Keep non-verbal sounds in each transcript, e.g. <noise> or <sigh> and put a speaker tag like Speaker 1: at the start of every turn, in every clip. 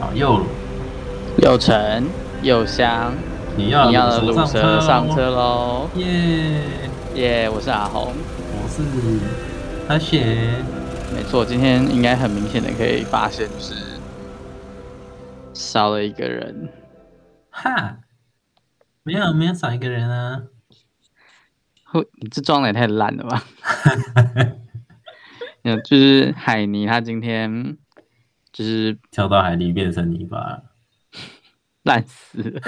Speaker 1: 啊，右乳，
Speaker 2: 右城右香，
Speaker 1: 你要
Speaker 2: 你要的鲁蛇啊上车
Speaker 1: 喽！
Speaker 2: 喽！
Speaker 1: 耶、
Speaker 2: 耶、我是阿红。
Speaker 1: 我是阿雪，
Speaker 2: 没错，今天应该很明显的可以发现，就是少了一个人。
Speaker 1: 哈，没有没有少一个人啊，
Speaker 2: 会，你这装的也太烂了 <laughs> 吧！有就是海尼，他今天就是
Speaker 1: 跳到海里变成泥巴了。
Speaker 2: 烂死 <laughs> 了。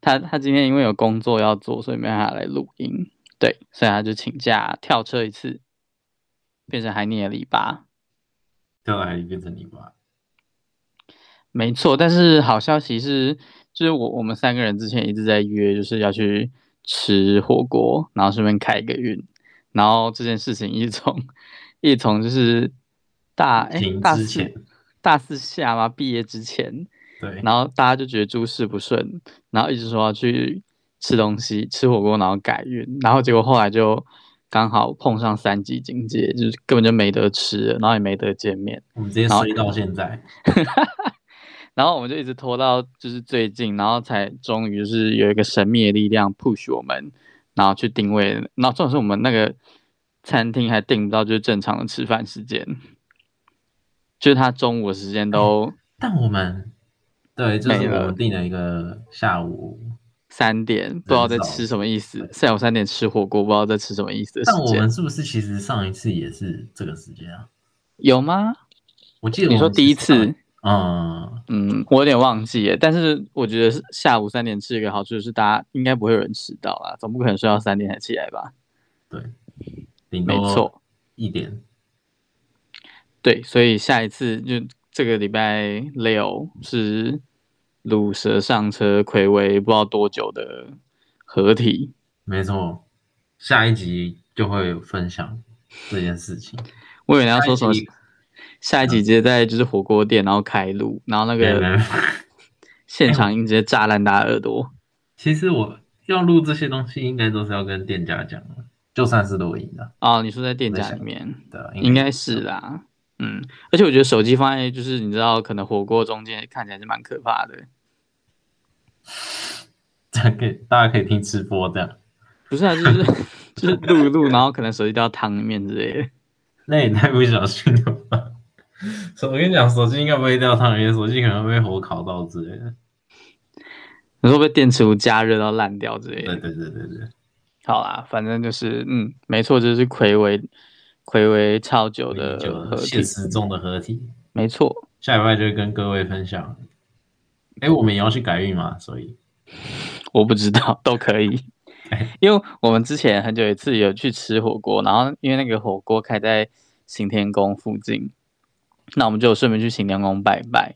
Speaker 2: 他他今天因为有工作要做，所以没办法来录音。对，所以他就请假跳车一次，变成海尼的篱笆。
Speaker 1: 跳到海里变成泥巴，
Speaker 2: 没错，但是好消息是，就是我我们三个人之前一直在约，就是要去吃火锅，然后顺便开一个运，然后这件事情一直从一直从就是大哎、
Speaker 1: 停
Speaker 2: 大
Speaker 1: 之
Speaker 2: 四
Speaker 1: 前，哎
Speaker 2: 大四下嘛毕业之前，
Speaker 1: 对，
Speaker 2: 然后大家就觉得诸事不顺，然后一直说要去吃东西、吃火锅，然后改运，然后结果后来就刚好碰上三级警戒，就是根本就没得吃了然后也没得见面，
Speaker 1: 我们直接
Speaker 2: 然后
Speaker 1: 衰到现在，
Speaker 2: 然后我们就一直拖到就是最近，然后才终于就是有一个神秘的力量 push 我们，然后去定位，然后重点是我们那个餐厅还订不到就是正常的吃饭时间，就是他中午的时
Speaker 1: <laughs>
Speaker 2: 间都
Speaker 1: 但我们对，就是
Speaker 2: 没
Speaker 1: 我
Speaker 2: 了
Speaker 1: 们定了一个下午，
Speaker 2: 三点，不知道在
Speaker 1: 很少
Speaker 2: 吃什么意思。下午三点吃火锅，不知道在吃什么意思的
Speaker 1: 但
Speaker 2: 时
Speaker 1: 我
Speaker 2: 间
Speaker 1: 们是不是其实上一次也是这个时间啊？
Speaker 2: 有吗？
Speaker 1: 我记得
Speaker 2: 你
Speaker 1: 我
Speaker 2: 说
Speaker 1: 们
Speaker 2: 第一
Speaker 1: 是上
Speaker 2: 次，，
Speaker 1: 嗯，
Speaker 2: 嗯，我有点忘记耶。但是我觉得是下午三点吃有一个好处就是大家应该不会有人迟到啦，总不可能睡到三点才起来吧？
Speaker 1: 对，顶
Speaker 2: 没
Speaker 1: 多
Speaker 2: 错，
Speaker 1: 一点，
Speaker 2: 对，所以下一次就这个礼拜六是卤蛇上车暌违不知道多久的合体，
Speaker 1: 没错，下一集就会分享这件事情。
Speaker 2: 我以为你要说什
Speaker 1: 下
Speaker 2: 么
Speaker 1: 一集。嗯
Speaker 2: 下一集直接在就是火锅店，然后开录，然后那
Speaker 1: 没有
Speaker 2: 个
Speaker 1: 没有没有
Speaker 2: 现场音直接炸烂大家耳朵。
Speaker 1: 其实我要录这些东西，应该都是要跟店家讲的，就算是录音的，
Speaker 2: 哦，你说在店
Speaker 1: 在
Speaker 2: 家
Speaker 1: 想
Speaker 2: 里面，
Speaker 1: 对啊，
Speaker 2: 应该是啦。嗯，而且我觉得手机放在就是你知道，可能火锅中间看起来是蛮可怕的。
Speaker 1: 这样可以，大家可以听直播这样。
Speaker 2: 不是啊，就是 <laughs> 就是录一录，然后可能手机掉到汤里面之类的。
Speaker 1: 那也太不小心了吧！手我跟你讲，手机应该不会掉汤里面，手机可能会被火烤到之类的。
Speaker 2: 你说被电磁炉加热到烂掉之类
Speaker 1: 对
Speaker 2: 的。
Speaker 1: 对对对对，
Speaker 2: 好啦，反正就是嗯，没错，就是暌违暌违超久的
Speaker 1: 就
Speaker 2: 合体
Speaker 1: 现，实中的合体，
Speaker 2: 没错。
Speaker 1: 下礼拜就跟各位分享。哎，我们也要去改运嘛，所以
Speaker 2: 我不知道，都可以
Speaker 1: 哎。
Speaker 2: 因为我们之前很久一次有去吃火锅，然后因为那个火锅开在行天宫附近，那我们就顺便去行天宫拜拜。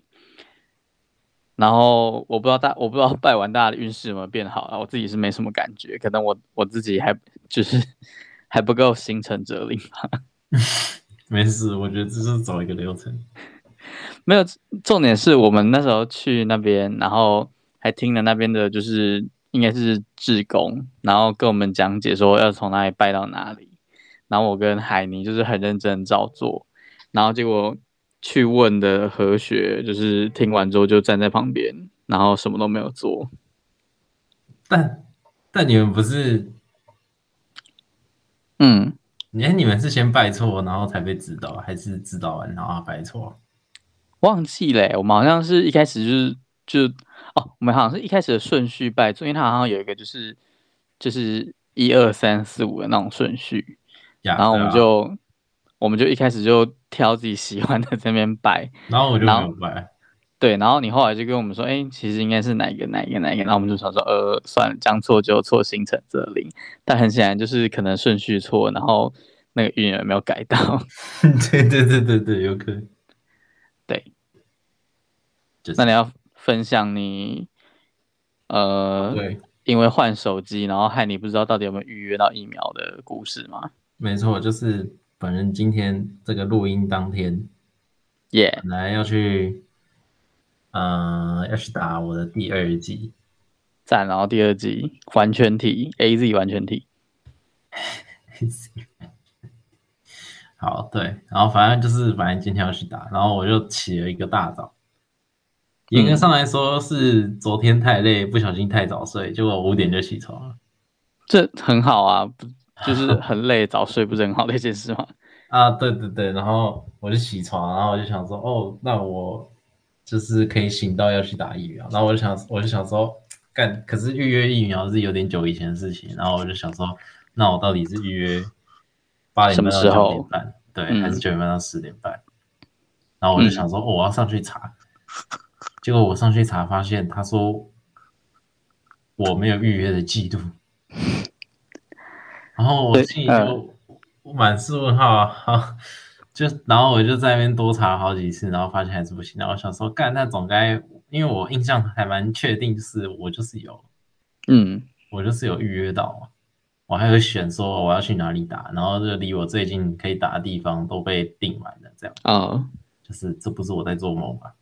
Speaker 2: 然后我不知道大，我不知道拜完大家的运势有没有变好啊？我自己是没什么感觉，可能我我自己还就是 <laughs> 还不够心诚则灵吧。
Speaker 1: 没事，我觉得这是走一个流程。
Speaker 2: 没有，重点是我们那时候去那边，然后还听了那边的，就是应该是志工，然后跟我们讲解说要从哪里拜到哪里。然后我跟海尼就是很认真照做，然后结果去问的何学，就是听完之后就站在旁边，然后什么都没有做。
Speaker 1: 但但你们不是
Speaker 2: 嗯，
Speaker 1: 你你们是先拜错，然后才被指导，还是指导完然后拜错？
Speaker 2: 忘记嘞、我们好像是一开始就是就哦，我们好像是一开始的顺序拜错，因为它好像有一个就是就是一二三四五的那种顺序。
Speaker 1: 呀
Speaker 2: 然后我们
Speaker 1: 对啊
Speaker 2: 就、我们就一开始就挑自己喜欢的这边摆，
Speaker 1: 然后我就没
Speaker 2: 然后
Speaker 1: 有拜， <laughs>
Speaker 2: 对，然后你后来就跟我们说，哎，其实应该是哪一个哪一个哪一个，然后我们就想说，呃，算了，将错就错，心诚则灵。但很显然就是可能顺序错，然后那个运也没有改到。 <laughs>
Speaker 1: 对对对对对，有可能。
Speaker 2: 对，
Speaker 1: 就是
Speaker 2: 那你要分享你呃，
Speaker 1: 哦对，
Speaker 2: 因为换手机，然后害你不知道到底有没有预约到疫苗的故事吗？
Speaker 1: 没错，就是本人今天这个录音当天，
Speaker 2: 耶、
Speaker 1: 本来要去，呃，要去打我的第二季，
Speaker 2: 赞！然后第二季完全体 A Z 完全体，
Speaker 1: <laughs> 好，对，然后反正就是，反正今天要去打，然后我就起了一个大早，严格上来说是昨天太累，不小心太早睡，结果五点就起床了。
Speaker 2: 这很好啊，不就是很累 <laughs> 早睡不是很好的一件事吗？
Speaker 1: 啊，对对对，然后我就起床，然后我就想说，哦，那我就是可以醒到要去打疫苗，然后我就想，我就想说，干，可是预约疫苗是有点久以前的事情，然后我就想说，那我到底是预约八点
Speaker 2: 什么
Speaker 1: 半到
Speaker 2: 时
Speaker 1: 九
Speaker 2: 候
Speaker 1: 点半，对，
Speaker 2: 嗯
Speaker 1: 还是九点半到十点半？然后我就想说，哦，我要上去查，结果我上去查发现，他说我没有预约的记录，然后我
Speaker 2: 对
Speaker 1: 心里
Speaker 2: 呃
Speaker 1: 就我满是问号啊， <laughs> 哈就然后我就在那边多查好几次，然后发现还是不行，然后我想说干，那总该因为我印象还蛮确定，就是我就是有
Speaker 2: 嗯，
Speaker 1: 我就是有预约到嘛，我还有选说我要去哪里打，然后就离我最近可以打的地方都被订满了，这样
Speaker 2: 哦，
Speaker 1: 就是这不是我在做梦吧？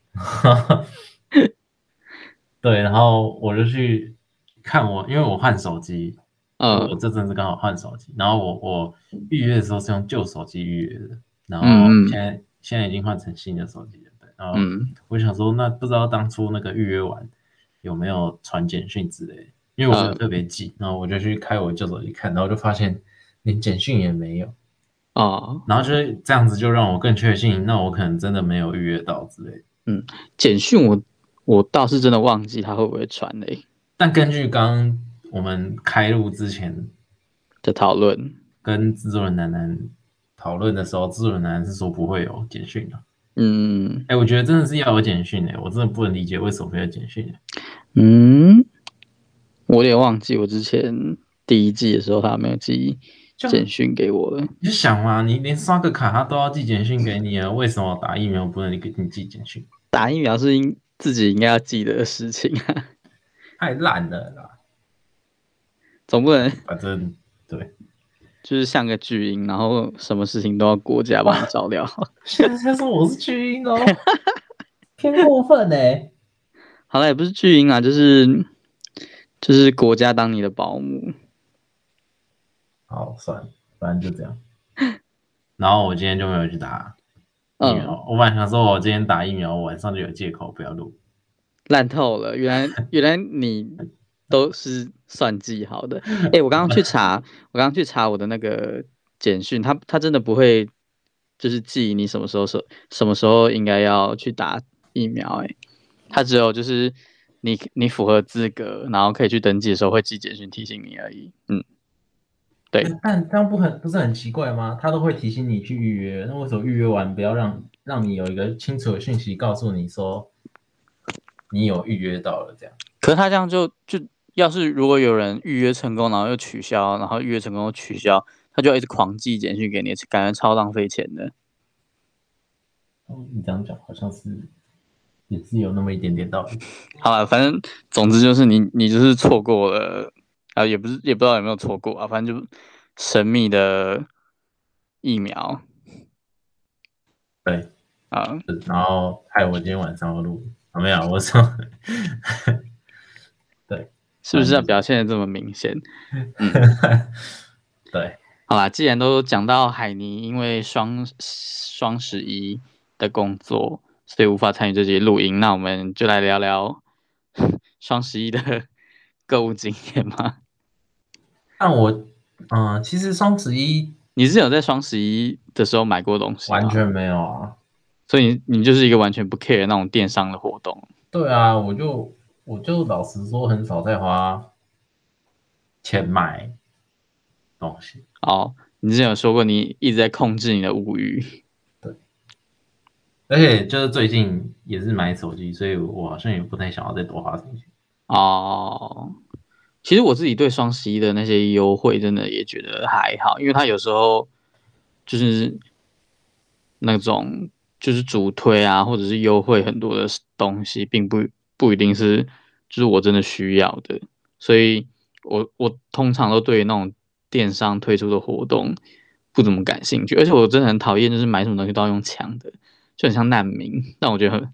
Speaker 2: <laughs>
Speaker 1: 对，然后我就去看我，因为我换手机，我
Speaker 2: 嗯
Speaker 1: 这阵子刚好换手机，然后我我预约的时候是用旧手机预约的，然后
Speaker 2: 嗯嗯
Speaker 1: 现在现在已经换成新的手机了，对，然后
Speaker 2: 嗯，
Speaker 1: 我想说，那不知道当初那个预约完有没有传简讯之类的，因为我没有
Speaker 2: 嗯
Speaker 1: 特别记，然后我就去开我旧手机看，然后就发现连简讯也没有，
Speaker 2: 哦，
Speaker 1: 然后就是这样子就让我更确信，那我可能真的没有预约到之类的。
Speaker 2: 简讯我我倒是真的忘记他会不会传嘞、
Speaker 1: 但根据刚刚我们开录之前
Speaker 2: 的讨论，
Speaker 1: 跟制作人楠楠讨论的时候，制作人楠楠是说不会有简讯的、
Speaker 2: 嗯
Speaker 1: 哎、我觉得真的是要有简讯哎、我真的不能理解为什么没有简讯、欸。
Speaker 2: 嗯，我有点忘记我之前第一季的时候他有没有寄
Speaker 1: 就
Speaker 2: 简讯给我了。
Speaker 1: 你就想嘛，你连刷个卡他都要寄简讯给你啊，为什么打疫苗不能给你寄简讯？
Speaker 2: 打疫苗是应自己应该要记得的事情啊， <laughs>
Speaker 1: 太烂了啦！
Speaker 2: 总不能
Speaker 1: 反正对，
Speaker 2: 就是像个巨婴，然后什么事情都要国家帮你照料，
Speaker 1: 现在才说我是巨婴哦，偏过分欸呢、
Speaker 2: 好了，也不是巨婴啊，就是就是国家当你的保姆。
Speaker 1: 好，算了，反正就这样。然后我今天就没有去打疫苗，
Speaker 2: 嗯，
Speaker 1: 我本来想说我今天打疫苗，我晚上就有借口不要录。
Speaker 2: 烂透了，原来原来你都是算计好的。哎、我刚刚去查，我刚刚去查我的那个简讯，他他真的不会就是记你什么时候什什么时候应该要去打疫苗、欸，哎，他只有就是你你符合资格，然后可以去登记的时候会寄简讯提醒你而已。嗯，对，
Speaker 1: 哎但这样不很不是很奇怪吗？他都会提醒你去预约，那为什么预约完不要让让你有一个清楚的讯息告诉你说你有预约到了这样？
Speaker 2: 可是他这样就就要是如果有人预约成功，然后又取消，然后预约成功又取消，他就要一直狂寄简讯给你，感觉超浪费钱的。
Speaker 1: 哦你这样讲好像是也是有那么一点点道理。
Speaker 2: 好了，反正总之就是你你就是错过了啊，也不是也不知道有没有错过啊，反正就神秘的疫苗
Speaker 1: 对，
Speaker 2: 啊，
Speaker 1: 然后害我今天晚上要录，啊、没有，我说
Speaker 2: 是不是要表现的这么明显？
Speaker 1: 对，
Speaker 2: 好啦，既然都讲到海尼因为双双十一的工作，所以无法参与这集录音，那我们就来聊聊 <laughs> 双十一的购物经验吧。
Speaker 1: 但我嗯、其实双十一
Speaker 2: 你是有在双十一的时候买过东西吗
Speaker 1: 完，全没有啊。
Speaker 2: 所以你你就是一个完全不 care 那种电商的活动。
Speaker 1: 对啊，我就我就老实说，很少在花钱买东西。
Speaker 2: 哦，你之前有说过你一直在控制你的物欲，
Speaker 1: 而且就是最近也是买手机，所以我好像也不太想要再多花钱。
Speaker 2: 哦，其实我自己对双十一的那些优惠真的也觉得还好，因为它有时候就是那种就是主推啊，或者是优惠很多的东西，并不不一定是就是我真的需要的，所以我我通常都对于那种电商推出的活动不怎么感兴趣，而且我真的很讨厌就是买什么东西都要用抢的，就很像难民，让我觉得很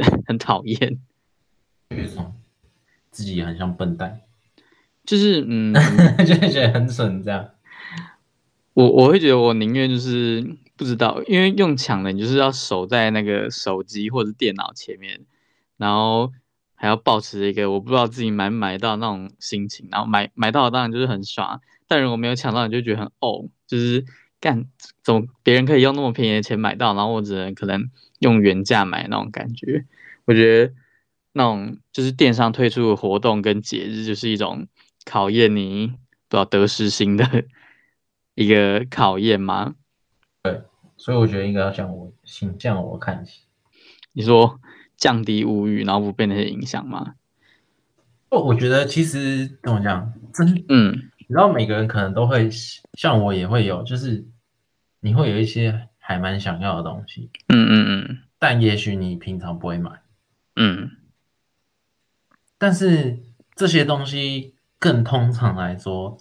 Speaker 2: 很很讨厌。
Speaker 1: 有一种自己很像笨蛋， <laughs>
Speaker 2: 就是嗯，
Speaker 1: 就会觉得很蠢这样。
Speaker 2: 我我会觉得我宁愿就是不知道，因为用抢的你就是要守在那个手机或者是电脑前面，然后还要保持一个我不知道自己买不买到那种心情，然后买买到当然就是很爽，啊但如果没有抢到，你就觉得很哦，就是干怎么别人可以用那么便宜的钱买到，然后我只能可能用原价买那种感觉。我觉得那种就是电商推出的活动跟节日，就是一种考验你不知道得失心的 <laughs> 一个考验嘛。
Speaker 1: 所以我觉得应该要向我形象我看齐。
Speaker 2: 你说降低物欲，然后不被那些影响吗？
Speaker 1: 哦，我觉得其实怎么讲，真
Speaker 2: 嗯，
Speaker 1: 你知道每个人可能都会，像我也会有，就是你会有一些还蛮想要的东西，
Speaker 2: 嗯嗯
Speaker 1: 但也许你平常不会买。
Speaker 2: 嗯
Speaker 1: 但是这些东西更通常来说，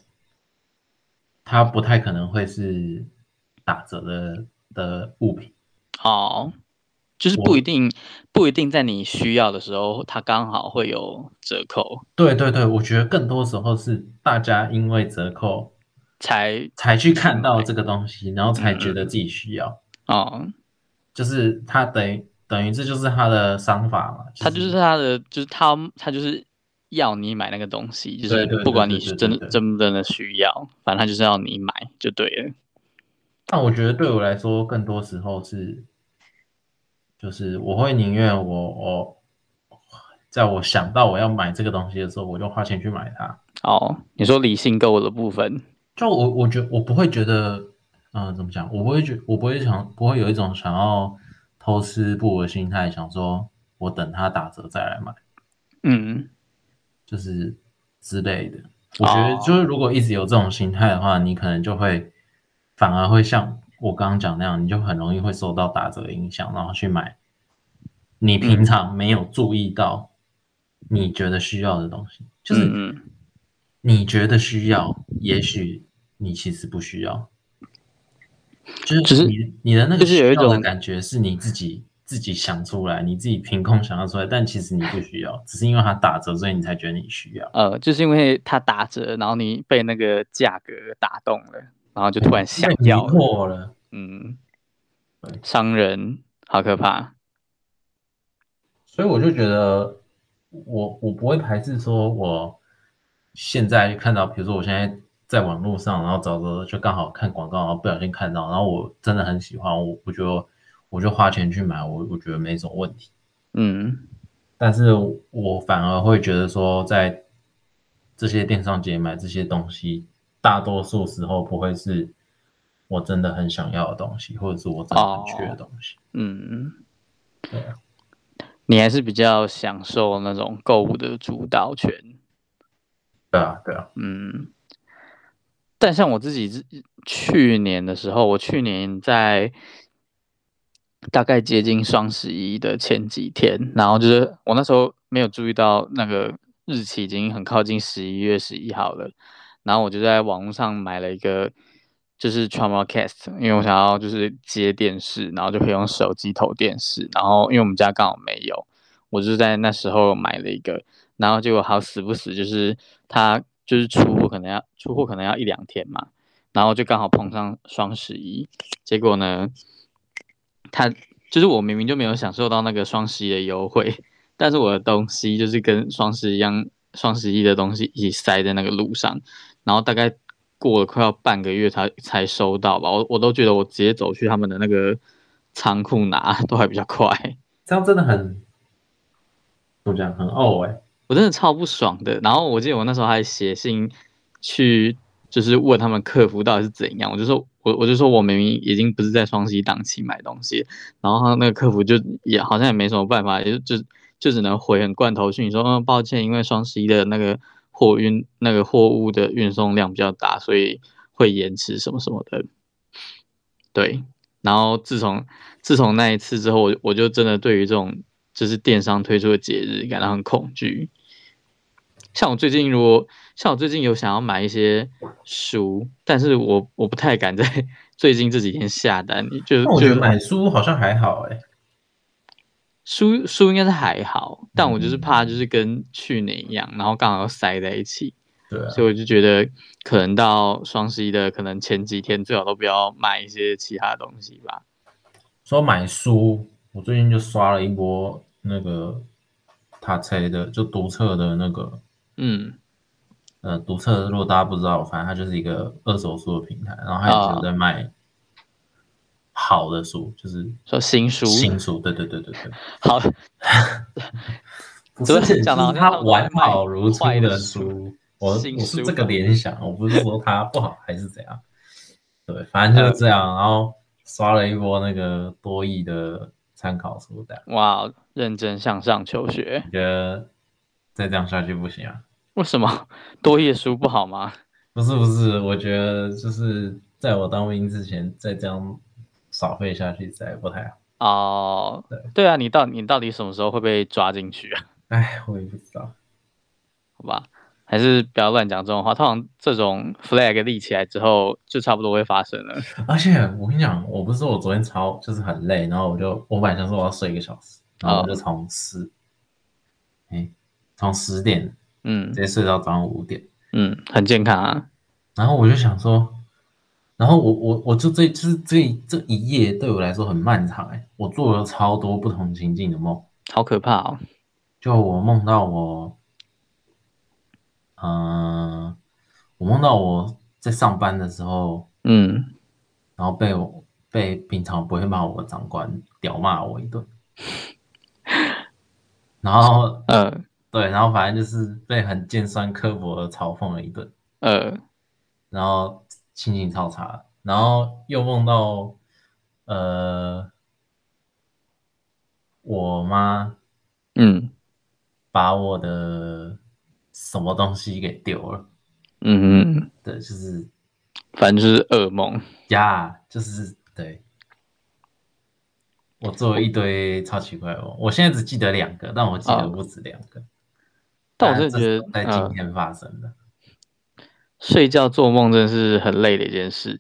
Speaker 1: 它不太可能会是打折的的物品。
Speaker 2: 嗯，哦，就是不一定不一定在你需要的时候，它刚好会有折扣，
Speaker 1: 对对对，我觉得更多时候是大家因为折扣
Speaker 2: 才
Speaker 1: 才去看到这个东西，然后才觉得自己需要。
Speaker 2: 哦，
Speaker 1: 就是它等于等于这就是它的商法嘛，
Speaker 2: 它就是它的，就是它它就是要你买那个东西，就
Speaker 1: 对
Speaker 2: 是
Speaker 1: 对对
Speaker 2: 不管
Speaker 1: 对
Speaker 2: 你
Speaker 1: 对对
Speaker 2: 真
Speaker 1: 对
Speaker 2: 真不真的需要，反正它就是要你买就对了。
Speaker 1: 但我觉得对我来说，更多时候是，就是我会宁愿我我，在我想到我要买这个东西的时候，我就花钱去买它。
Speaker 2: 哦，你说理性购物的部分，
Speaker 1: 就我我觉我不会觉得，嗯、怎么讲？我不会觉我不会想不会有一种想要偷吃不我的心态，想说我等它打折再来买，
Speaker 2: 嗯，
Speaker 1: 就是之类的。我觉得
Speaker 2: 哦
Speaker 1: 就是如果一直有这种心态的话，你可能就会反而会像我刚刚讲那样，你就很容易会受到打折的影响，然后去买你
Speaker 2: 嗯
Speaker 1: 平常没有注意到你觉得需要的东西，就是
Speaker 2: 嗯嗯
Speaker 1: 你觉得需要，也许你其实不需要，就是
Speaker 2: 就是
Speaker 1: 你你的那个
Speaker 2: 就是有
Speaker 1: 需
Speaker 2: 一
Speaker 1: 要的
Speaker 2: 种
Speaker 1: 感觉是你自己。自己想出来，你自己凭空想象出来，但其实你不需要，只是因为它打折，所以你才觉得你需要。
Speaker 2: 呃，就是因为它打折，然后你被那个价格打动了，然后就突然想
Speaker 1: 被迷
Speaker 2: 要了，
Speaker 1: 惑了。
Speaker 2: 嗯
Speaker 1: 对，
Speaker 2: 商人好可怕，
Speaker 1: 所以我就觉得我我不会排斥说我现在看到，比如说我现在在网络上，然后找着就刚好看广告，然后不小心看到，然后我真的很喜欢，我我觉得我就花钱去买，我我觉得没什么问题。
Speaker 2: 嗯
Speaker 1: 但是我反而会觉得说，在这些电商节买这些东西，大多数时候不会是我真的很想要的东西，或者是我真的很缺的东西。
Speaker 2: 嗯。
Speaker 1: 对啊
Speaker 2: 你还是比较享受那种购物的主导权，
Speaker 1: 对啊，对啊，
Speaker 2: 嗯。但像我自己之去年的时候，我去年在大概接近双十一的前几天，然后就是我那时候没有注意到那个日期已经很靠近十一月十一号了，然后我就在网络上买了一个就是 TraumaCast，因为我想要就是接电视，然后就可以用手机投电视，然后因为我们家刚好没有，我就在那时候买了一个，然后结果好死不死就是它就是出货可能要出货可能要一两天嘛，然后就刚好碰上双十一，结果呢，它就是我明明就没有享受到那个双十一的优惠，但是我的东西就是跟双十一一样，双十一的东西一起塞在那个路上，然后大概过了快要半个月才才收到吧，我我都觉得我直接走去他们的那个仓库拿都还比较快。
Speaker 1: 这样真的很怎么讲，很傲哎、
Speaker 2: 我真的超不爽的。然后我记得我那时候还写信去，就是问他们客服到底是怎样。我就说，我我就说我明明已经不是在双十一档期买东西，然后他那个客服就也好像也没什么办法，也就就就只能回很罐头讯说，嗯，抱歉，因为双十一的那个货运那个货物的运送量比较大，所以会延迟什么什么的。对，然后自从自从那一次之后，我我就真的对于这种就是电商推出的节日感到很恐惧。像我最近如果像我最近有想要买一些书，但是我我不太敢在 <laughs> 最近这几天下单，就
Speaker 1: 那我觉
Speaker 2: 就
Speaker 1: 得买书好像还好哎、
Speaker 2: 书书应该是还好，但我就是
Speaker 1: 嗯
Speaker 2: 怕就是跟去年一样，然后刚好又塞在一起，
Speaker 1: 对啊，
Speaker 2: 所以我就觉得可能到双十一的可能前几天最好都不要买一些其他东西吧。
Speaker 1: 说买书，我最近就刷了一波那个塔车的，就独册的那个，
Speaker 2: 嗯，
Speaker 1: 呃，独册如果大家不知道，反正它就是一个二手书的平台，然后它也
Speaker 2: 哦
Speaker 1: 有在卖好的书，就是
Speaker 2: 说新书
Speaker 1: 新书，对对对对对，
Speaker 2: 好，
Speaker 1: <laughs> 不
Speaker 2: 怎么
Speaker 1: 是
Speaker 2: 讲得
Speaker 1: 就
Speaker 2: 好
Speaker 1: 是
Speaker 2: 像
Speaker 1: 它
Speaker 2: 我在
Speaker 1: 完
Speaker 2: 卖
Speaker 1: 好如初
Speaker 2: 坏的
Speaker 1: 的
Speaker 2: 书
Speaker 1: 书，我
Speaker 2: 新
Speaker 1: 我是
Speaker 2: 书
Speaker 1: 这个
Speaker 2: 吗
Speaker 1: 联想，我不是说它不好还是怎样，对，反正就是这样，然后刷了一波那个多义的参考书的，
Speaker 2: 哇，认真向上求学。
Speaker 1: 你觉得再这样下去不行啊？
Speaker 2: 为什么多页书不好吗？
Speaker 1: 不是不是，我觉得就是在我当兵之前，再这样少费下去，实在不太好。
Speaker 2: 哦、对啊，你到你到底什么时候会被抓进去啊？ <laughs>
Speaker 1: 哎，我也不知道。
Speaker 2: 好吧，还是不要乱讲这种话。通常这种 flag 立起来之后，就差不多会发生了。
Speaker 1: 而且我跟你讲，我不是说我昨天超就是很累，然后我就我本来想说我要睡一个小时，然后我就从十，哎、从十点
Speaker 2: 嗯
Speaker 1: 直接睡到早上五点，
Speaker 2: 嗯，很健康啊。
Speaker 1: 然后我就想说，然后我我我就这就是这这一夜对我来说很漫长哎、我做了超多不同情境的梦。
Speaker 2: 好可怕哦！
Speaker 1: 就我梦到我，嗯、我梦到我在上班的时候，
Speaker 2: 嗯，
Speaker 1: 然后被我被平常不会骂我的长官屌骂我一顿，然后
Speaker 2: 呃
Speaker 1: 对，然后反正就是被很尖酸刻薄的嘲讽了一顿，
Speaker 2: 呃，
Speaker 1: 然后心情超差，然后又梦到呃，我妈
Speaker 2: 嗯
Speaker 1: 把我的什么东西给丢了。
Speaker 2: 嗯嗯，
Speaker 1: 对，就是
Speaker 2: 反正就是噩梦。
Speaker 1: 呀就是对。我做了一堆超奇怪的梦，我现在只记得两个，但我记
Speaker 2: 啊
Speaker 1: 得不止两个。
Speaker 2: 但我真的
Speaker 1: 这
Speaker 2: 觉
Speaker 1: 是
Speaker 2: 得
Speaker 1: 在
Speaker 2: 呃
Speaker 1: 今天发生的，
Speaker 2: 睡觉做梦真的是很累的一件事。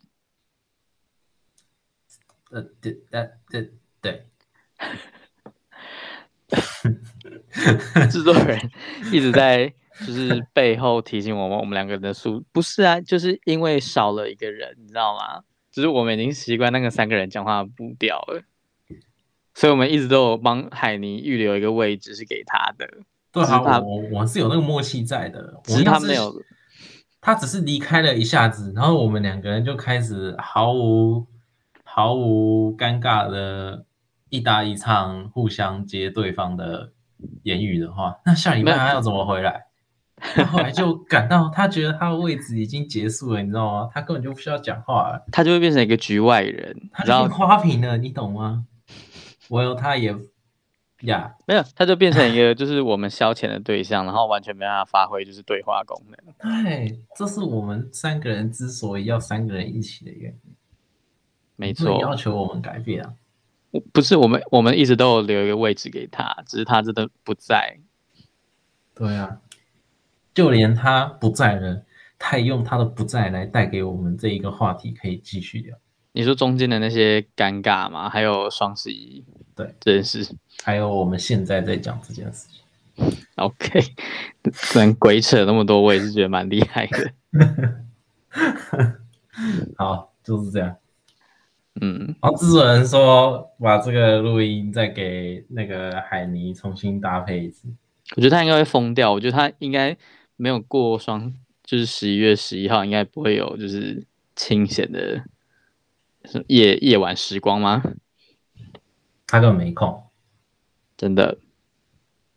Speaker 2: <laughs>
Speaker 1: 呃，对，呃，对，对，
Speaker 2: 制作人一直在就是背后提醒我们，我 <laughs> 们两个人的数不是啊，就是因为少了一个人，你知道吗？只是我们已经习惯那个三个人讲话的步调了，所以我们一直都有帮海尼预留一个位置是给他的。
Speaker 1: 对
Speaker 2: 只是他
Speaker 1: 啊，我我是有那个默契在的，
Speaker 2: 只是
Speaker 1: 我要
Speaker 2: 他没有，
Speaker 1: 他只是离开了一下子，然后我们两个人就开始毫无毫无尴尬的一搭一唱，互相接对方的言语的话，那下礼拜
Speaker 2: 没有
Speaker 1: 他要怎么回来？他后来就感到他觉得他的位置已经结束了，你知道吗？他根本就不需要讲话了，
Speaker 2: 他就会变成一个局外人，
Speaker 1: 他就
Speaker 2: 然后
Speaker 1: 变花瓶了，你懂吗？我有他也呀
Speaker 2: 没有，他就变成一个就是我们消遣的对象，然后完全没办法发挥就是对话功能。
Speaker 1: 哎，这是我们三个人之所以要三个人一起的原因。
Speaker 2: 没
Speaker 1: 所以
Speaker 2: 错
Speaker 1: 要，求我们改变啊。
Speaker 2: 我不是我们我们一直都有留一个位置给他，只是他真的不在。
Speaker 1: 对啊，就连他不在了，他也用他的不在来带给我们这一个话题可以继续聊。
Speaker 2: 你说中间的那些尴尬嘛，还有双十一，
Speaker 1: 对
Speaker 2: 这件事
Speaker 1: 还有我们现在在讲这件事情，
Speaker 2: ，OK，能鬼扯那么多，我也是觉得蛮厉害的。
Speaker 1: 好，就是这样。
Speaker 2: 嗯，
Speaker 1: 然后制作人说把这个录音再给那个海尼重新搭配一次。
Speaker 2: 我觉得他应该会疯掉，我觉得他应该没有过双，就是十一月十一号应该不会有就是清闲的什么夜夜晚时光吗？
Speaker 1: 他根本没空，
Speaker 2: 真的，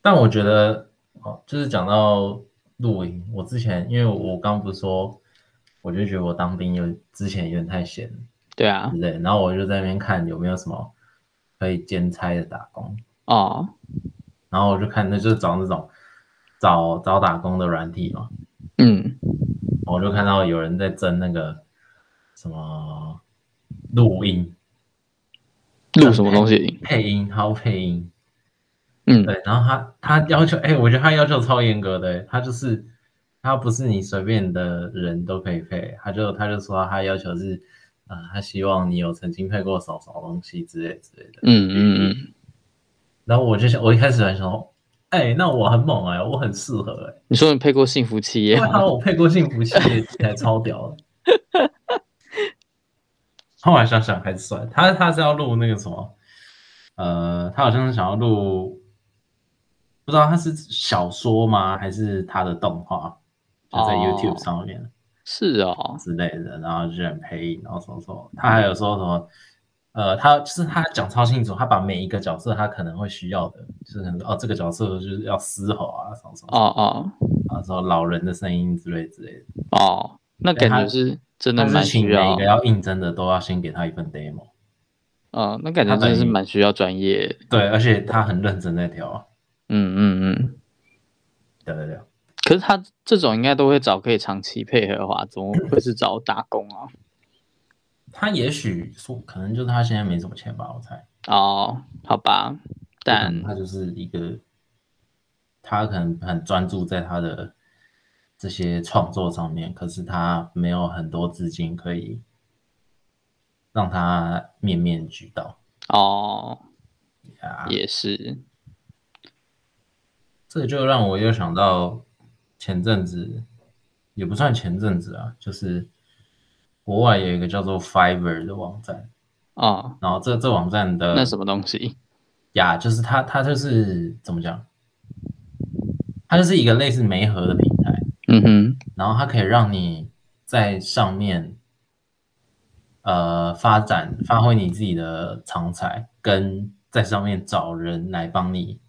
Speaker 1: 但我觉得哦，就是讲到露营，我之前因为我刚不是说，我就觉得我当兵有之前有点太闲了，
Speaker 2: 对啊
Speaker 1: 对，不对？然后我就在那边看有没有什么可以兼差的打工，
Speaker 2: 哦，
Speaker 1: 然后我就看那就是找那种找找打工的软体嘛，
Speaker 2: 嗯，
Speaker 1: 我就看到有人在争那个什么录音
Speaker 2: 录什么东西？
Speaker 1: 配音，还有配音，
Speaker 2: 嗯，
Speaker 1: 对，然后他他要求，哎、我觉得他要求超严格的、欸他就是他不是你随便的人都可以配，他就他就说他要求是。啊、他希望你有曾经配过什么什么东西之类之类的。
Speaker 2: 嗯嗯嗯，
Speaker 1: 然后我就想，我一开始还想说，哎、那我很猛哎、我很适合哎、
Speaker 2: 你说你配过幸福企业
Speaker 1: 因为
Speaker 2: 吗？
Speaker 1: 他我配过幸福系列，还超屌
Speaker 2: <laughs>
Speaker 1: 的。后来想想还是算，他他是要录那个什么，呃，他好像是想要录不知道它是小说吗，还是它的动画，就在
Speaker 2: 哦
Speaker 1: YouTube 上面
Speaker 2: 是哦，
Speaker 1: 之类的，然后就很配音，然后什么什么，他还有说什么，呃，他就是他讲超清楚，他把每一个角色他可能会需要的，就是可能哦这个角色就是要嘶吼啊什么什么，
Speaker 2: 哦哦
Speaker 1: 啊什么老人的声音之类之类的，
Speaker 2: 哦，那
Speaker 1: 对
Speaker 2: 感
Speaker 1: 他
Speaker 2: 觉是真的
Speaker 1: 但
Speaker 2: 蛮
Speaker 1: 是请
Speaker 2: 需
Speaker 1: 每
Speaker 2: 要
Speaker 1: 一个，要应征的都要先给他一份 demo，
Speaker 2: 嗯，那感觉
Speaker 1: 他
Speaker 2: 真的
Speaker 1: 等
Speaker 2: 是
Speaker 1: 于
Speaker 2: 蛮需要专业的，
Speaker 1: 对，而且他很认真在挑啊，
Speaker 2: 嗯嗯嗯。
Speaker 1: 对对对，
Speaker 2: 可是他这种应该都会找可以长期配合的话，怎么会是找打工啊？
Speaker 1: 他也许说可能就是他现在没什么钱吧，我猜。
Speaker 2: 哦，好吧，但
Speaker 1: 他就是一个，他可能很专注在他的这些创作上面，可是他没有很多资金可以让他面面俱到
Speaker 2: 哦
Speaker 1: 呀。
Speaker 2: 也是，
Speaker 1: 这就让我又想到前阵子，也不算前阵子啊，就是国外有一个叫做 Fiverr 的网站，
Speaker 2: 哦，
Speaker 1: 然后这这网站的
Speaker 2: 那什么东西？
Speaker 1: 呀就是它它就是怎么讲，它就是一个类似媒合的平台。
Speaker 2: 嗯哼，
Speaker 1: 然后它可以让你在上面，呃，发展发挥你自己的长才，跟在上面找人来帮你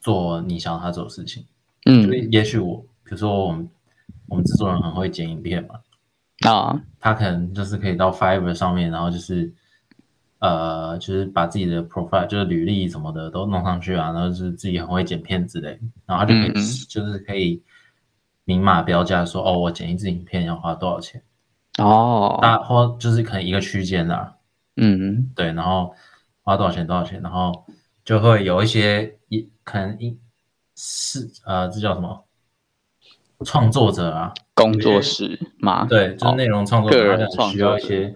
Speaker 1: 做你想要他做的事情。因为
Speaker 2: 嗯
Speaker 1: 也许我，比如说我们我们制作人很会剪影片嘛，
Speaker 2: 啊，
Speaker 1: 他可能就是可以到 Fiverr 上面，然后就是呃，就是把自己的 profile 就是履历什么的都弄上去啊，然后就是自己很会剪片之类，然后他就可以、
Speaker 2: 嗯嗯
Speaker 1: 就是可以明码标价说哦，我剪一支影片要花多少钱，
Speaker 2: 哦，
Speaker 1: 大或就是可能一个区间啦、
Speaker 2: 嗯
Speaker 1: 对，然后花多少钱多少钱，然后就会有一些一可能一是呃，这叫什么？创作者啊，
Speaker 2: 工作室嘛，
Speaker 1: 对，就是内容创作
Speaker 2: 啊个
Speaker 1: 者，
Speaker 2: 人
Speaker 1: 他可能需要一些，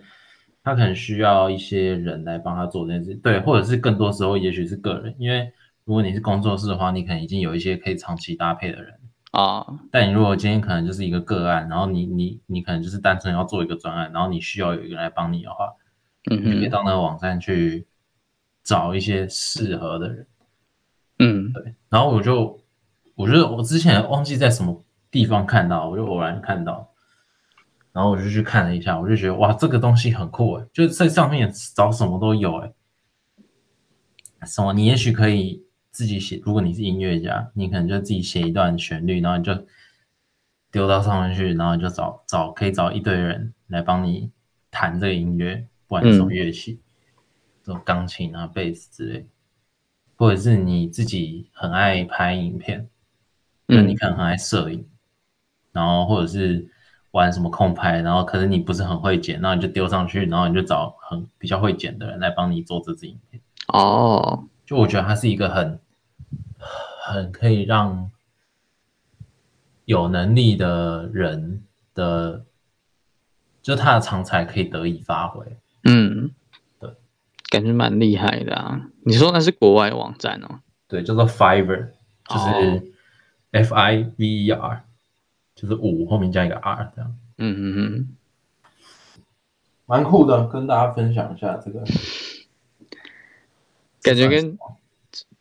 Speaker 1: 他可能需要一些人来帮他做这件事，对，或者是更多时候也许是个人，因为如果你是工作室的话，你可能已经有一些可以长期搭配的人，
Speaker 2: 哦，
Speaker 1: 但你如果今天可能就是一个个案，然后你你你可能就是单纯要做一个专案，然后你需要有一个人来帮你的话，
Speaker 2: 嗯
Speaker 1: 你可以
Speaker 2: 哼，
Speaker 1: 到那个网站去找一些适合的人，
Speaker 2: 嗯
Speaker 1: 然后我就我觉得我之前忘记在什么地方看到，我就偶然看到，然后我就去看了一下，我就觉得哇，这个东西很酷诶，就是在上面找什么都有诶，什么你也许可以自己写，如果你是音乐家，你可能就自己写一段旋律，然后你就丢到上面去，然后你就找找可以找一堆人来帮你弹这个音乐，不管是什么乐器，这种钢琴啊、贝斯之类，或者是你自己很爱拍影片，就你
Speaker 2: 嗯
Speaker 1: 可能很爱摄影，然后或者是玩什么空拍，然后可是你不是很会剪，然后你就丢上去，然后你就找很比较会剪的人来帮你做这支影片。
Speaker 2: 哦，
Speaker 1: 就我觉得它是一个很很可以让有能力的人的，就他的长才可以得以发挥。
Speaker 2: 嗯，
Speaker 1: 对，
Speaker 2: 感觉蛮厉害的啊。你说那是国外网站哦？
Speaker 1: 对，叫做 Fiverr，就
Speaker 2: 哦
Speaker 1: 是 F I V E R，就是五后面加一个 R 这样。
Speaker 2: 嗯嗯嗯，
Speaker 1: 蛮酷的，跟大家分享一下这个。
Speaker 2: 感觉跟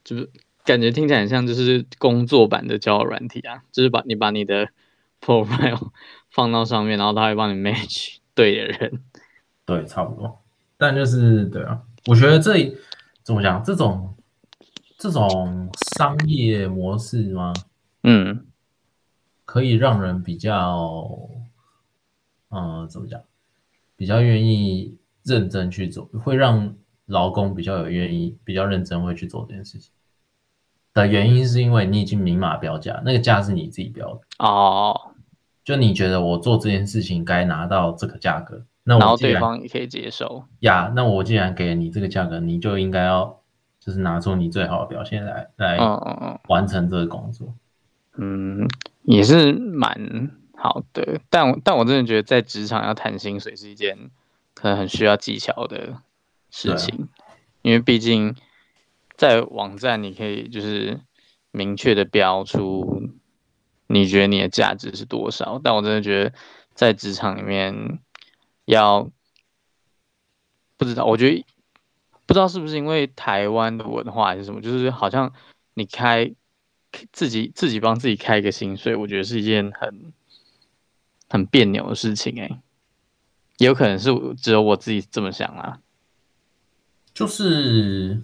Speaker 2: 就是感觉听起来很像就是工作版的交友软体啊，就是把你把你的 <laughs> profile <laughs> 放到上面，然后他会帮你 match <laughs> 对的人。
Speaker 1: 对，差不多。但就是对啊，我觉得这怎么讲，这种这种商业模式吗，
Speaker 2: 嗯
Speaker 1: 可以让人比较，呃，怎么讲，比较愿意认真去做，会让劳工比较有愿意、比较认真会去做这件事情。的原因是因为你已经明码标价，那个价是你自己标的，
Speaker 2: 哦，
Speaker 1: 就你觉得我做这件事情该拿到这个价格，那
Speaker 2: 然
Speaker 1: 我
Speaker 2: 后
Speaker 1: 既
Speaker 2: 对
Speaker 1: 然
Speaker 2: 方也可以接受。
Speaker 1: 呀，那我既然给了你这个价格，你就应该要就是拿出你最好的表现来
Speaker 2: 嗯
Speaker 1: 来
Speaker 2: 嗯嗯
Speaker 1: 完成这个工作。
Speaker 2: 嗯，也是蛮好的，但我但我真的觉得在职场要谈薪水是一件可能很需要技巧的
Speaker 1: 对
Speaker 2: 事
Speaker 1: 啊
Speaker 2: 情，因为毕竟在网站你可以就是明确的标出你觉得你的价值是多少，但我真的觉得在职场里面要不知道，我觉得不知道是不是因为台湾的文化还是什么，就是好像你开自己自己帮自己开一个薪水，我觉得是一件很很别扭的事情哎、也有可能是我只有我自己这么想啦。
Speaker 1: 就是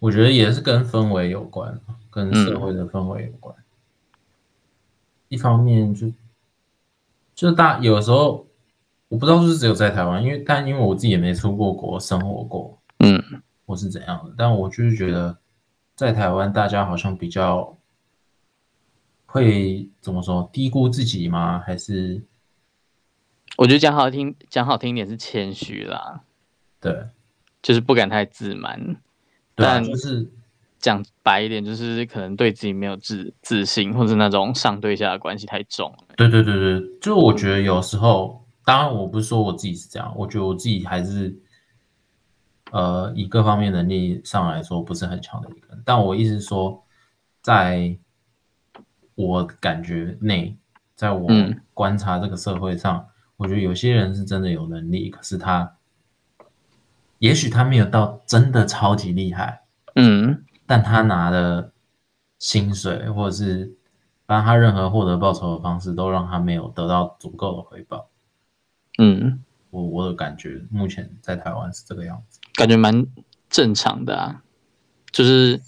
Speaker 1: 我觉得也是跟氛围有关，啊跟社
Speaker 2: 嗯
Speaker 1: 会的氛围有关。一方面就就大有时候我不知道是不是只有在台湾，因为但因为我自己也没出过国生活过，
Speaker 2: 嗯，
Speaker 1: 或是怎样的，但我就是觉得在台湾大家好像比较会怎么说低估自己吗？还是
Speaker 2: 我觉得讲好听讲好听一点是谦虚啦，
Speaker 1: 对
Speaker 2: 就是不敢太自满。
Speaker 1: 对啊，
Speaker 2: 但
Speaker 1: 就是
Speaker 2: 讲白一点，就是可能对自己没有自自信，或者那种上对下的关系太重了。
Speaker 1: 对对对对，就我觉得有时候，当然我不是说我自己是这样，我觉得我自己还是，呃，以各方面能力上来说不是很强的一个人。但我意思是说，在我感觉内，在我
Speaker 2: 嗯
Speaker 1: 观察这个社会上，我觉得有些人是真的有能力，可是他，也许他没有到真的超级厉害，
Speaker 2: 嗯，
Speaker 1: 但他拿的薪水或者是反正他任何获得报酬的方式，都让他没有得到足够的回报。
Speaker 2: 嗯，
Speaker 1: 我我的感觉，目前在台湾是这个样子。
Speaker 2: 感觉蛮正常的啊，就是，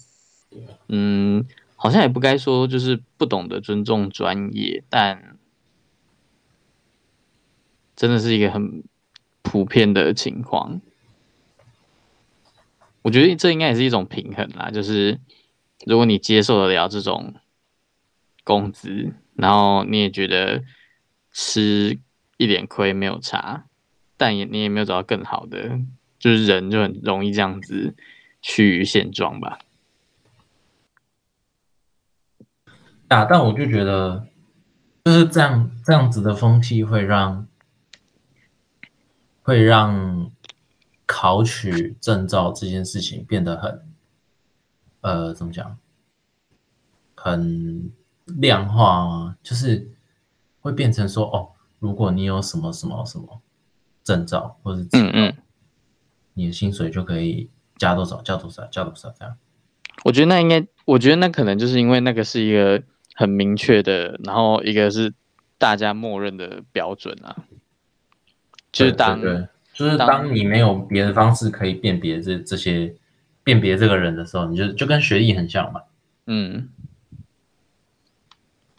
Speaker 2: 嗯，好像也不该说就是不懂得尊重专业，但真的是一个很普遍的情况。我觉得这应该也是一种平衡啦，就是如果你接受得了这种工资，然后你也觉得吃一点亏没有差，但也你也没有找到更好的，就是人就很容易这样子趋于现状吧。
Speaker 1: 啊，但我就觉得，就是这样这样子的风气会让，会让考取证照这件事情变得很，呃，怎么讲，很量化吗？就是会变成说，哦，如果你有什么什么什么证照或者执
Speaker 2: 嗯嗯，
Speaker 1: 你的薪水就可以加多少加多少加多少这样。
Speaker 2: 我觉得那应该，我觉得那可能就是因为那个是一个很明确的，然后一个是大家默认的标准啊，就是
Speaker 1: 对
Speaker 2: 当
Speaker 1: 对对就是
Speaker 2: 当
Speaker 1: 当你没有别的方式可以辨别这这些辨别这个人的时候，你就就跟学历很像嘛。
Speaker 2: 嗯，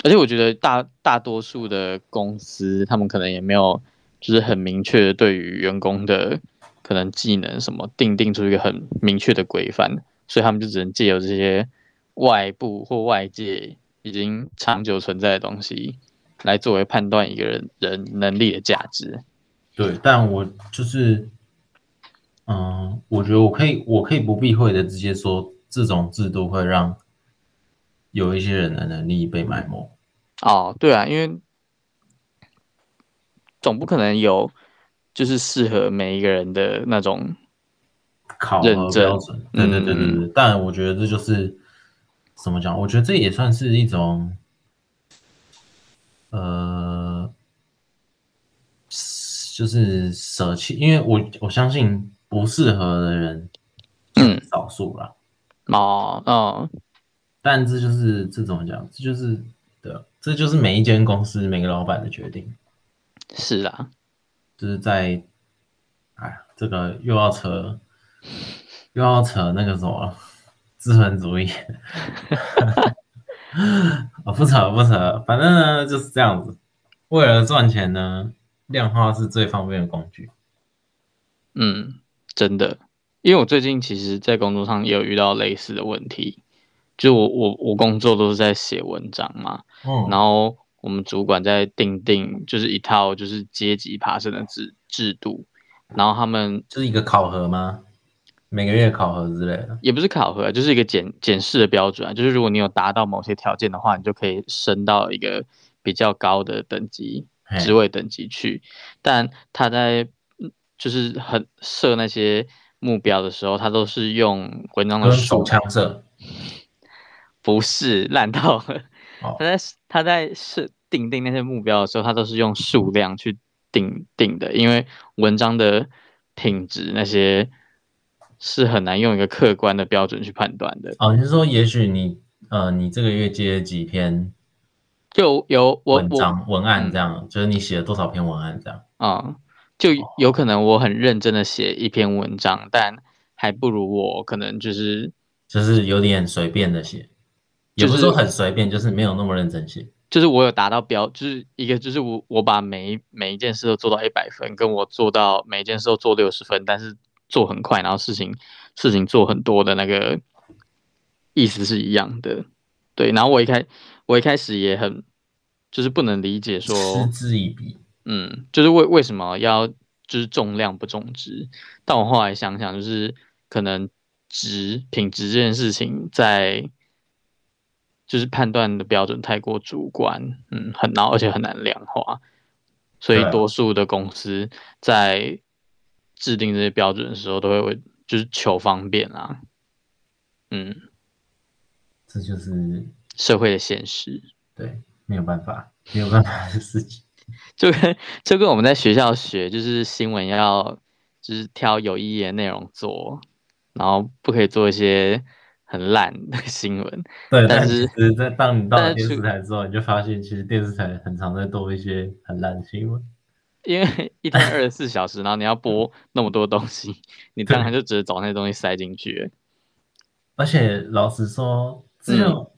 Speaker 2: 而且我觉得大大多数的公司，他们可能也没有就是很明确地对于员工的可能技能什么定定出一个很明确的规范，所以他们就只能借由这些外部或外界已经长久存在的东西，来作为判断一个人人能力的价值。
Speaker 1: 对，但我就是，嗯、我觉得我可以，我可以不避讳的直接说，这种制度会让有一些人的能力被埋没。
Speaker 2: 哦，对啊，因为总不可能有就是适合每一个人的那种。
Speaker 1: 考
Speaker 2: 认
Speaker 1: 核
Speaker 2: 证嗯
Speaker 1: 标准，对对对对对。但我觉得这就是怎么讲？我觉得这也算是一种，呃，就是舍弃，因为我我相信不适合的人
Speaker 2: 嗯
Speaker 1: 少数啦。
Speaker 2: 哦哦，
Speaker 1: 但这就是这怎么讲？这就是对啊，这就是每一间公司每个老板的决定，
Speaker 2: 是啊，
Speaker 1: 就是在，哎呀，这个又要扯，又要扯那个什么资本主义。 <laughs> 啊，不扯不扯，反正呢就是这样子。为了赚钱呢，量化是最方便的工具。
Speaker 2: 嗯，真的，因为我最近其实，在工作上也有遇到类似的问题，就我我我工作都是在写文章嘛，
Speaker 1: 嗯，
Speaker 2: 然后我们主管在定定就是一套就是阶级爬升的制制度，然后他们
Speaker 1: 就是一个考核吗？每个月考核之类的。
Speaker 2: 也不是考核，啊就是一个检检视的标准啊，就是如果你有达到某些条件的话，你就可以升到一个比较高的等级，
Speaker 1: 嘿
Speaker 2: 职位等级去，但他在嗯就是很设那些目标的时候，他都是用文章的
Speaker 1: 跟
Speaker 2: 手
Speaker 1: 手，枪社。
Speaker 2: 不是烂到了
Speaker 1: 哦。
Speaker 2: <laughs> 他在他在设定定那些目标的时候，他都是用数量去定定的，因为文章的品质那些是很难用一个客观的标准去判断的。
Speaker 1: 哦，你是说也许你呃，你这个月接了几篇
Speaker 2: 就有我
Speaker 1: 文
Speaker 2: 我嗯
Speaker 1: 章文案这样，就是你写了多少篇文案这样？
Speaker 2: 啊、就
Speaker 1: 哦
Speaker 2: 有可能我很认真的写一篇文章，但还不如我可能就是
Speaker 1: 就是有点随便的写，也不
Speaker 2: 就是是
Speaker 1: 说很随便，就是没有那么认真写。
Speaker 2: 就是我有达到标，就是一个就是我我把每一每一件事都做到一百分，跟我做到每一件事都做六十分，但是做很快，然后事情事情做很多的那个意思是一样的，对。然后我一开我一开始也很就是不能理解说
Speaker 1: 嗤之以鼻。
Speaker 2: 嗯，就是为为什么要就是重量不重质？但我后来想想，就是可能值品质这件事情在就是判断的标准太过主观，嗯，很然后而且很难量化，所以
Speaker 1: 对啊
Speaker 2: 多数的公司在制定这些标准的时候，都会为就是求方便啊，嗯，
Speaker 1: 这就是
Speaker 2: 社会的现实。
Speaker 1: 对，没有办法，没有办法的事情。
Speaker 2: 就跟就跟我们在学校学，就是新闻要就是挑有意义的内容做，然后不可以做一些很烂的新闻。
Speaker 1: 对，
Speaker 2: 但
Speaker 1: 但
Speaker 2: 是
Speaker 1: 其实在当你到了
Speaker 2: 但
Speaker 1: 电
Speaker 2: 是
Speaker 1: 视台之后，你就发现其实电视台很常在做一些很烂的新闻。
Speaker 2: 因为一天二十四小时，然后你要播那么多东西，你当然就只是找那些东西塞进去了。
Speaker 1: 而且老实说，只
Speaker 2: 嗯
Speaker 1: 有、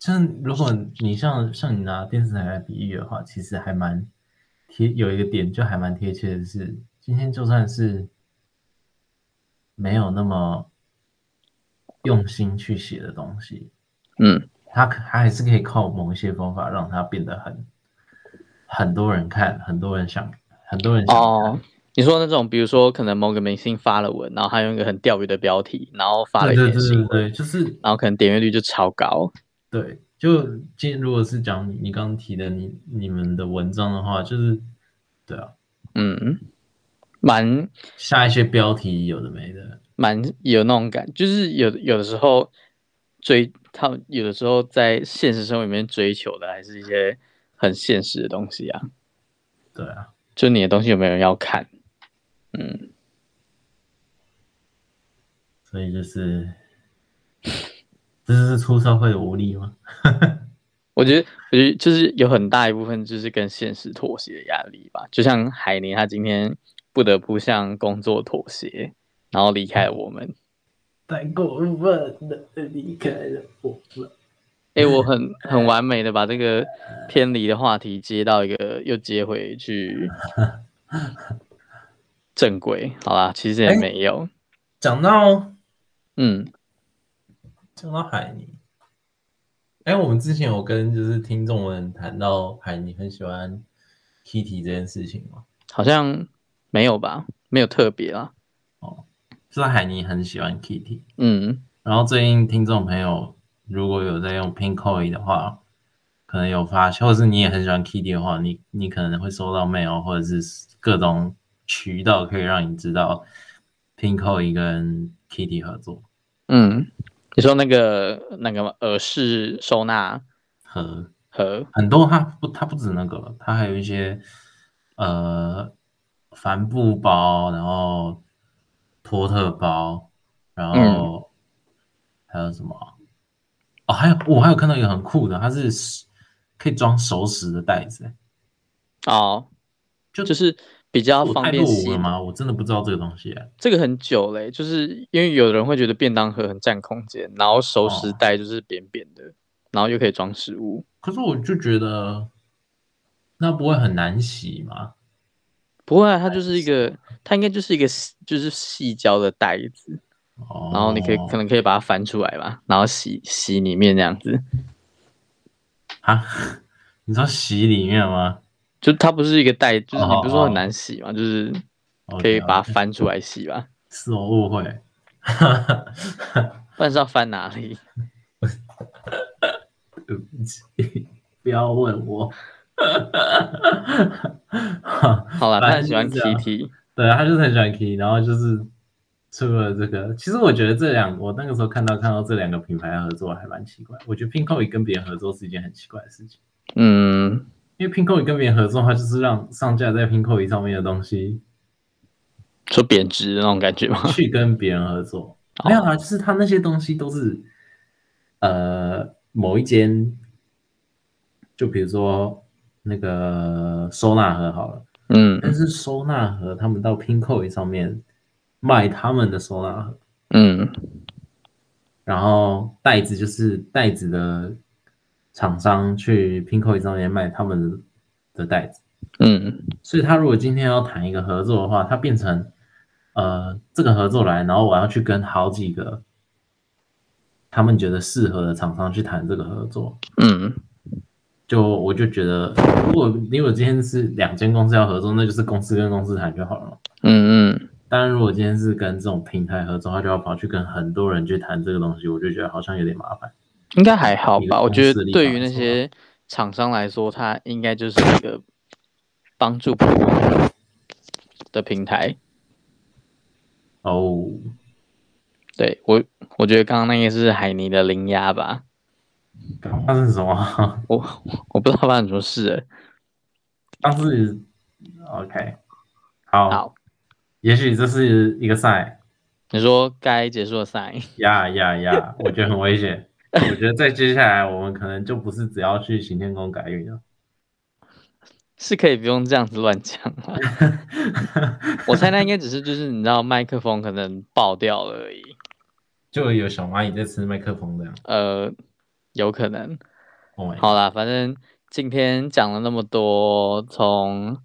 Speaker 1: 就是如果你像像你拿电视台来比喻的话，其实还蛮贴有一个点就还蛮贴切的是，今天就算是没有那么用心去写的东西，
Speaker 2: 嗯，
Speaker 1: 它可它还是可以靠某一些方法让它变得很很多人看，很多人想，很多人想看。
Speaker 2: 哦，你说那种，比如说可能某个明星发了文，然后他用一个很钓鱼的标题，然后发
Speaker 1: 对
Speaker 2: 了一
Speaker 1: 对
Speaker 2: 篇
Speaker 1: 对
Speaker 2: 新
Speaker 1: 对
Speaker 2: 闻，
Speaker 1: 对，就是
Speaker 2: 然后可能点阅率就超高。
Speaker 1: 对，就今天如果是讲你你刚刚提的你你们的文章的话，就是对啊，
Speaker 2: 嗯，蛮
Speaker 1: 下一些标题有的没的，
Speaker 2: 蛮有那种感，就是有有的时候追他们，有的时候在现实生活里面追求的还是一些很现实的东西啊，
Speaker 1: 对啊，
Speaker 2: 就你的东西有没有人要看？
Speaker 1: 所以就是这是出社会的无力吗？
Speaker 2: 我觉得，我觉得就是有很大一部分就是跟现实妥协的压力吧。就像海尼，他今天不得不向工作妥协，然后离开了我们。
Speaker 1: 太过分的离开了我们，
Speaker 2: 诶，我很很完美的把这个偏离的话题接到一个，又接回去正轨。好啦，其实也
Speaker 1: 诶
Speaker 2: 没有。
Speaker 1: 讲到
Speaker 2: 嗯，
Speaker 1: 讲到海尼，哎、我们之前有跟就是听众们谈到海尼很喜欢 Kitty 这件事情吗？
Speaker 2: 好像没有吧，没有特别啦。
Speaker 1: 就是海尼很喜欢 Kitty，
Speaker 2: 嗯，
Speaker 1: 然后最近听众朋友如果有在用 Pinkoi 的话，可能有发现，或者是你也很喜欢 Kitty 的话，你你可能会收到 mail 或者是各种渠道可以让你知道 Pinkoi 跟 Kitty 合作
Speaker 2: 嗯，你说那个那个耳饰收纳
Speaker 1: 和
Speaker 2: 盒，
Speaker 1: 很多它不它不止那个了，它还有一些呃帆布包，然后托特包，然
Speaker 2: 嗯
Speaker 1: 后还有什么啊？哦，还有我还有看到一个很酷的，它是可以装熟食的袋子、欸，
Speaker 2: 哦，
Speaker 1: 就
Speaker 2: 就是比较
Speaker 1: 我
Speaker 2: 啊方
Speaker 1: 太
Speaker 2: 便
Speaker 1: 落伍
Speaker 2: 吸
Speaker 1: 了。吗？我真的不知道这个东西、欸。
Speaker 2: 这个很久嘞、就是因为有人会觉得便当盒很占空间，然后熟食
Speaker 1: 哦
Speaker 2: 袋就是扁扁的，然后又可以装食物。
Speaker 1: 可是我就觉得那不会很难洗吗？
Speaker 2: 不会啊，它就是一个，它应该就是一个细就是细胶的袋子，
Speaker 1: 哦，
Speaker 2: 然后你可以可能可以把它翻出来吧，然后洗洗里面这样子。
Speaker 1: 啊， <laughs> 你知道洗里面吗？
Speaker 2: 就它不是一个袋，就是你
Speaker 1: 哦
Speaker 2: 不是说很
Speaker 1: 哦
Speaker 2: 难洗嘛，就是
Speaker 1: 哦
Speaker 2: 可以
Speaker 1: 了
Speaker 2: 把它
Speaker 1: 解
Speaker 2: 翻出来洗吧，
Speaker 1: 是我误会。
Speaker 2: 不然是要翻哪里？
Speaker 1: 对不起， <laughs> 不要问我。
Speaker 2: 好了，他很喜
Speaker 1: <laughs>
Speaker 2: 欢
Speaker 1: 反正就是啊
Speaker 2: Kitty，
Speaker 1: 对，他就是很喜欢 Key，然后就是出了这个。其实我觉得这两，我那个时候看到看到这两个品牌合作还蛮奇怪。我觉得 Pinkoi 跟别人合作是一件很奇怪的事情，
Speaker 2: 嗯，
Speaker 1: 因为 Pinkoi 跟别人合作的话，就是让上架在 Pinkoi 上面的东西
Speaker 2: 说贬值的那种感觉吗？
Speaker 1: 去跟别人合作。没有啊，就是他那些东西都是，呃，某一间，就比如说那个收纳盒好了，
Speaker 2: 嗯
Speaker 1: 但是收纳盒他们到 Pinkoi 上面卖他们的收纳盒，
Speaker 2: 嗯
Speaker 1: 然后袋子就是袋子的厂商去 Pinkoi 上面卖他们的袋子，
Speaker 2: 嗯
Speaker 1: 所以他如果今天要谈一个合作的话，他变成呃这个合作来，然后我要去跟好几个他们觉得适合的厂商去谈这个合作，
Speaker 2: 嗯，
Speaker 1: 就我就觉得，如果如果今天是两间公司要合作，那就是公司跟公司谈就好了嘛。
Speaker 2: 嗯嗯，
Speaker 1: 当然，如果今天是跟这种平台合作，他就要跑去跟很多人去谈这个东西，我就觉得好像有点麻烦。
Speaker 2: 应该还好吧？我
Speaker 1: 公
Speaker 2: 觉
Speaker 1: 司
Speaker 2: 得
Speaker 1: 立
Speaker 2: 对
Speaker 1: 场
Speaker 2: 于那
Speaker 1: 来说
Speaker 2: 些厂商来说，它应该就是一个帮助普通人的平台。
Speaker 1: 哦，
Speaker 2: 对我，我觉得刚刚那个是海尼的铃芽吧，
Speaker 1: 发生什么？ <laughs>
Speaker 2: 我我不知道发生什么事了。
Speaker 1: 当时 OK，好，
Speaker 2: 好，
Speaker 1: 也许这是一个赛，
Speaker 2: 你说该结束的赛，
Speaker 1: 呀呀
Speaker 2: <laughs>
Speaker 1: 呀！我觉得很危险。我觉得在接下来，我们可能就不是只要去行天宫改运了。
Speaker 2: 是可以不用这样子乱讲了。我猜那应该只是就是你知道麦克风可能爆掉了而已，
Speaker 1: 就有小蚂蚁在吃麦克风这样。
Speaker 2: 呃，有可能。
Speaker 1: Oh my-
Speaker 2: 好啦，反正今天讲了那么多，从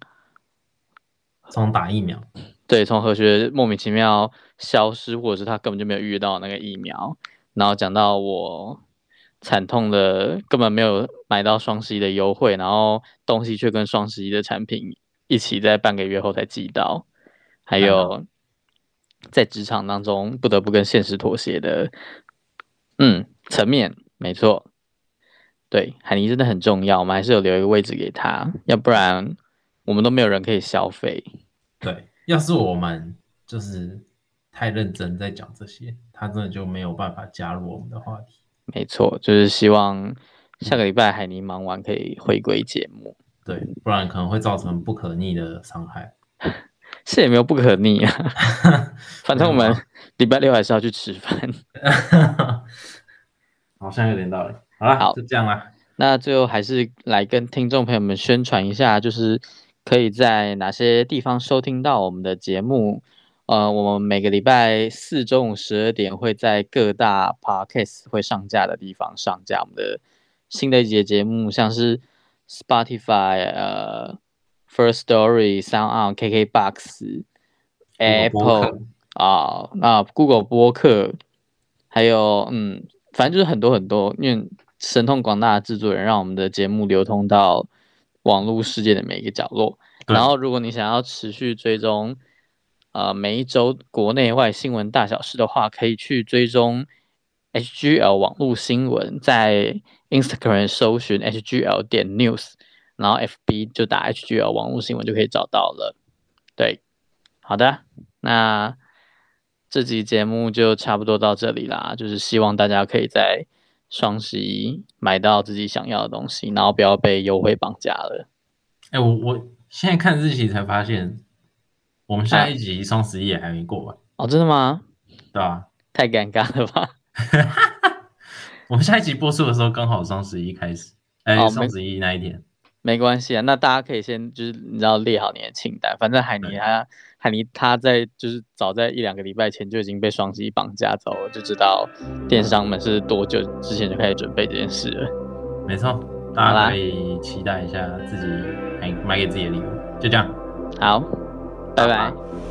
Speaker 1: 从打疫苗，
Speaker 2: 对从何学莫名其妙消失，或者是他根本就没有预约到那个疫苗，然后讲到我惨痛的根本没有买到双十一的优惠，然后东西却跟双十一的产品一起在半个月后才寄到，还有在职场当中不得不跟现实妥协的，嗯，层面没错。对，海尼真的很重要，我们还是有留一个位置给他，要不然我们都没有人可以消费。
Speaker 1: 对，要是我们就是太认真在讲这些，他真的就没有办法加入我们的话题。
Speaker 2: 没错，就是希望下个礼拜海尼忙完可以回归节目，
Speaker 1: 对，不然可能会造成不可逆的伤害。
Speaker 2: 是也没有不可逆啊。 <laughs> 反正我们礼拜六还是要去吃饭。
Speaker 1: 好像有点道理。好啦，
Speaker 2: 好
Speaker 1: 就这样啦。
Speaker 2: 那最后还是来跟听众朋友们宣传一下，就是可以在哪些地方收听到我们的节目。呃，我们每个礼拜四中午十二点会在各大 podcast 会上架的地方上架我们的新的一节节目，像是 Spotify、呃 First Story、Sound On、KKBox、
Speaker 1: 播客
Speaker 2: 哎 Apple 啊啊 Google 播客，还有嗯，反正就是很多很多，因为神通广大的制作人让我们的节目流通到网络世界的每一个角落。
Speaker 1: 对
Speaker 2: 然后，如果你想要持续追踪，呃，每一周国内外新闻大小事的话，可以去追踪 HGL 网络新闻，在 Instagram 搜寻 HGL 点 news，然后 FB 就打 HGL 网络新闻就可以找到了。对，好的，那这集节目就差不多到这里啦，就是希望大家可以在双十一买到自己想要的东西，然后不要被优惠绑架了。
Speaker 1: 哎、我我现在看日期才发现，我们
Speaker 2: 啊
Speaker 1: 下一集双十一也还没过完，
Speaker 2: 哦，真的吗？
Speaker 1: 对吧、啊？
Speaker 2: 太尴尬了吧？ <laughs>
Speaker 1: 我们下一集播出的时候刚好双十一开始，哎、
Speaker 2: 哦没
Speaker 1: 双十一那一天，
Speaker 2: 没关系啊，那大家可以先就是你知道列好你的清单，反正海尼
Speaker 1: 对
Speaker 2: 他海尼他在就是早在一两个礼拜前就已经被双十一绑架走了，就知道电商们是多久之前就开始准备这件事了。
Speaker 1: 没错，大家可以期待一下自己买买给自己的礼物，就这样，
Speaker 2: 好，拜拜。
Speaker 1: 拜。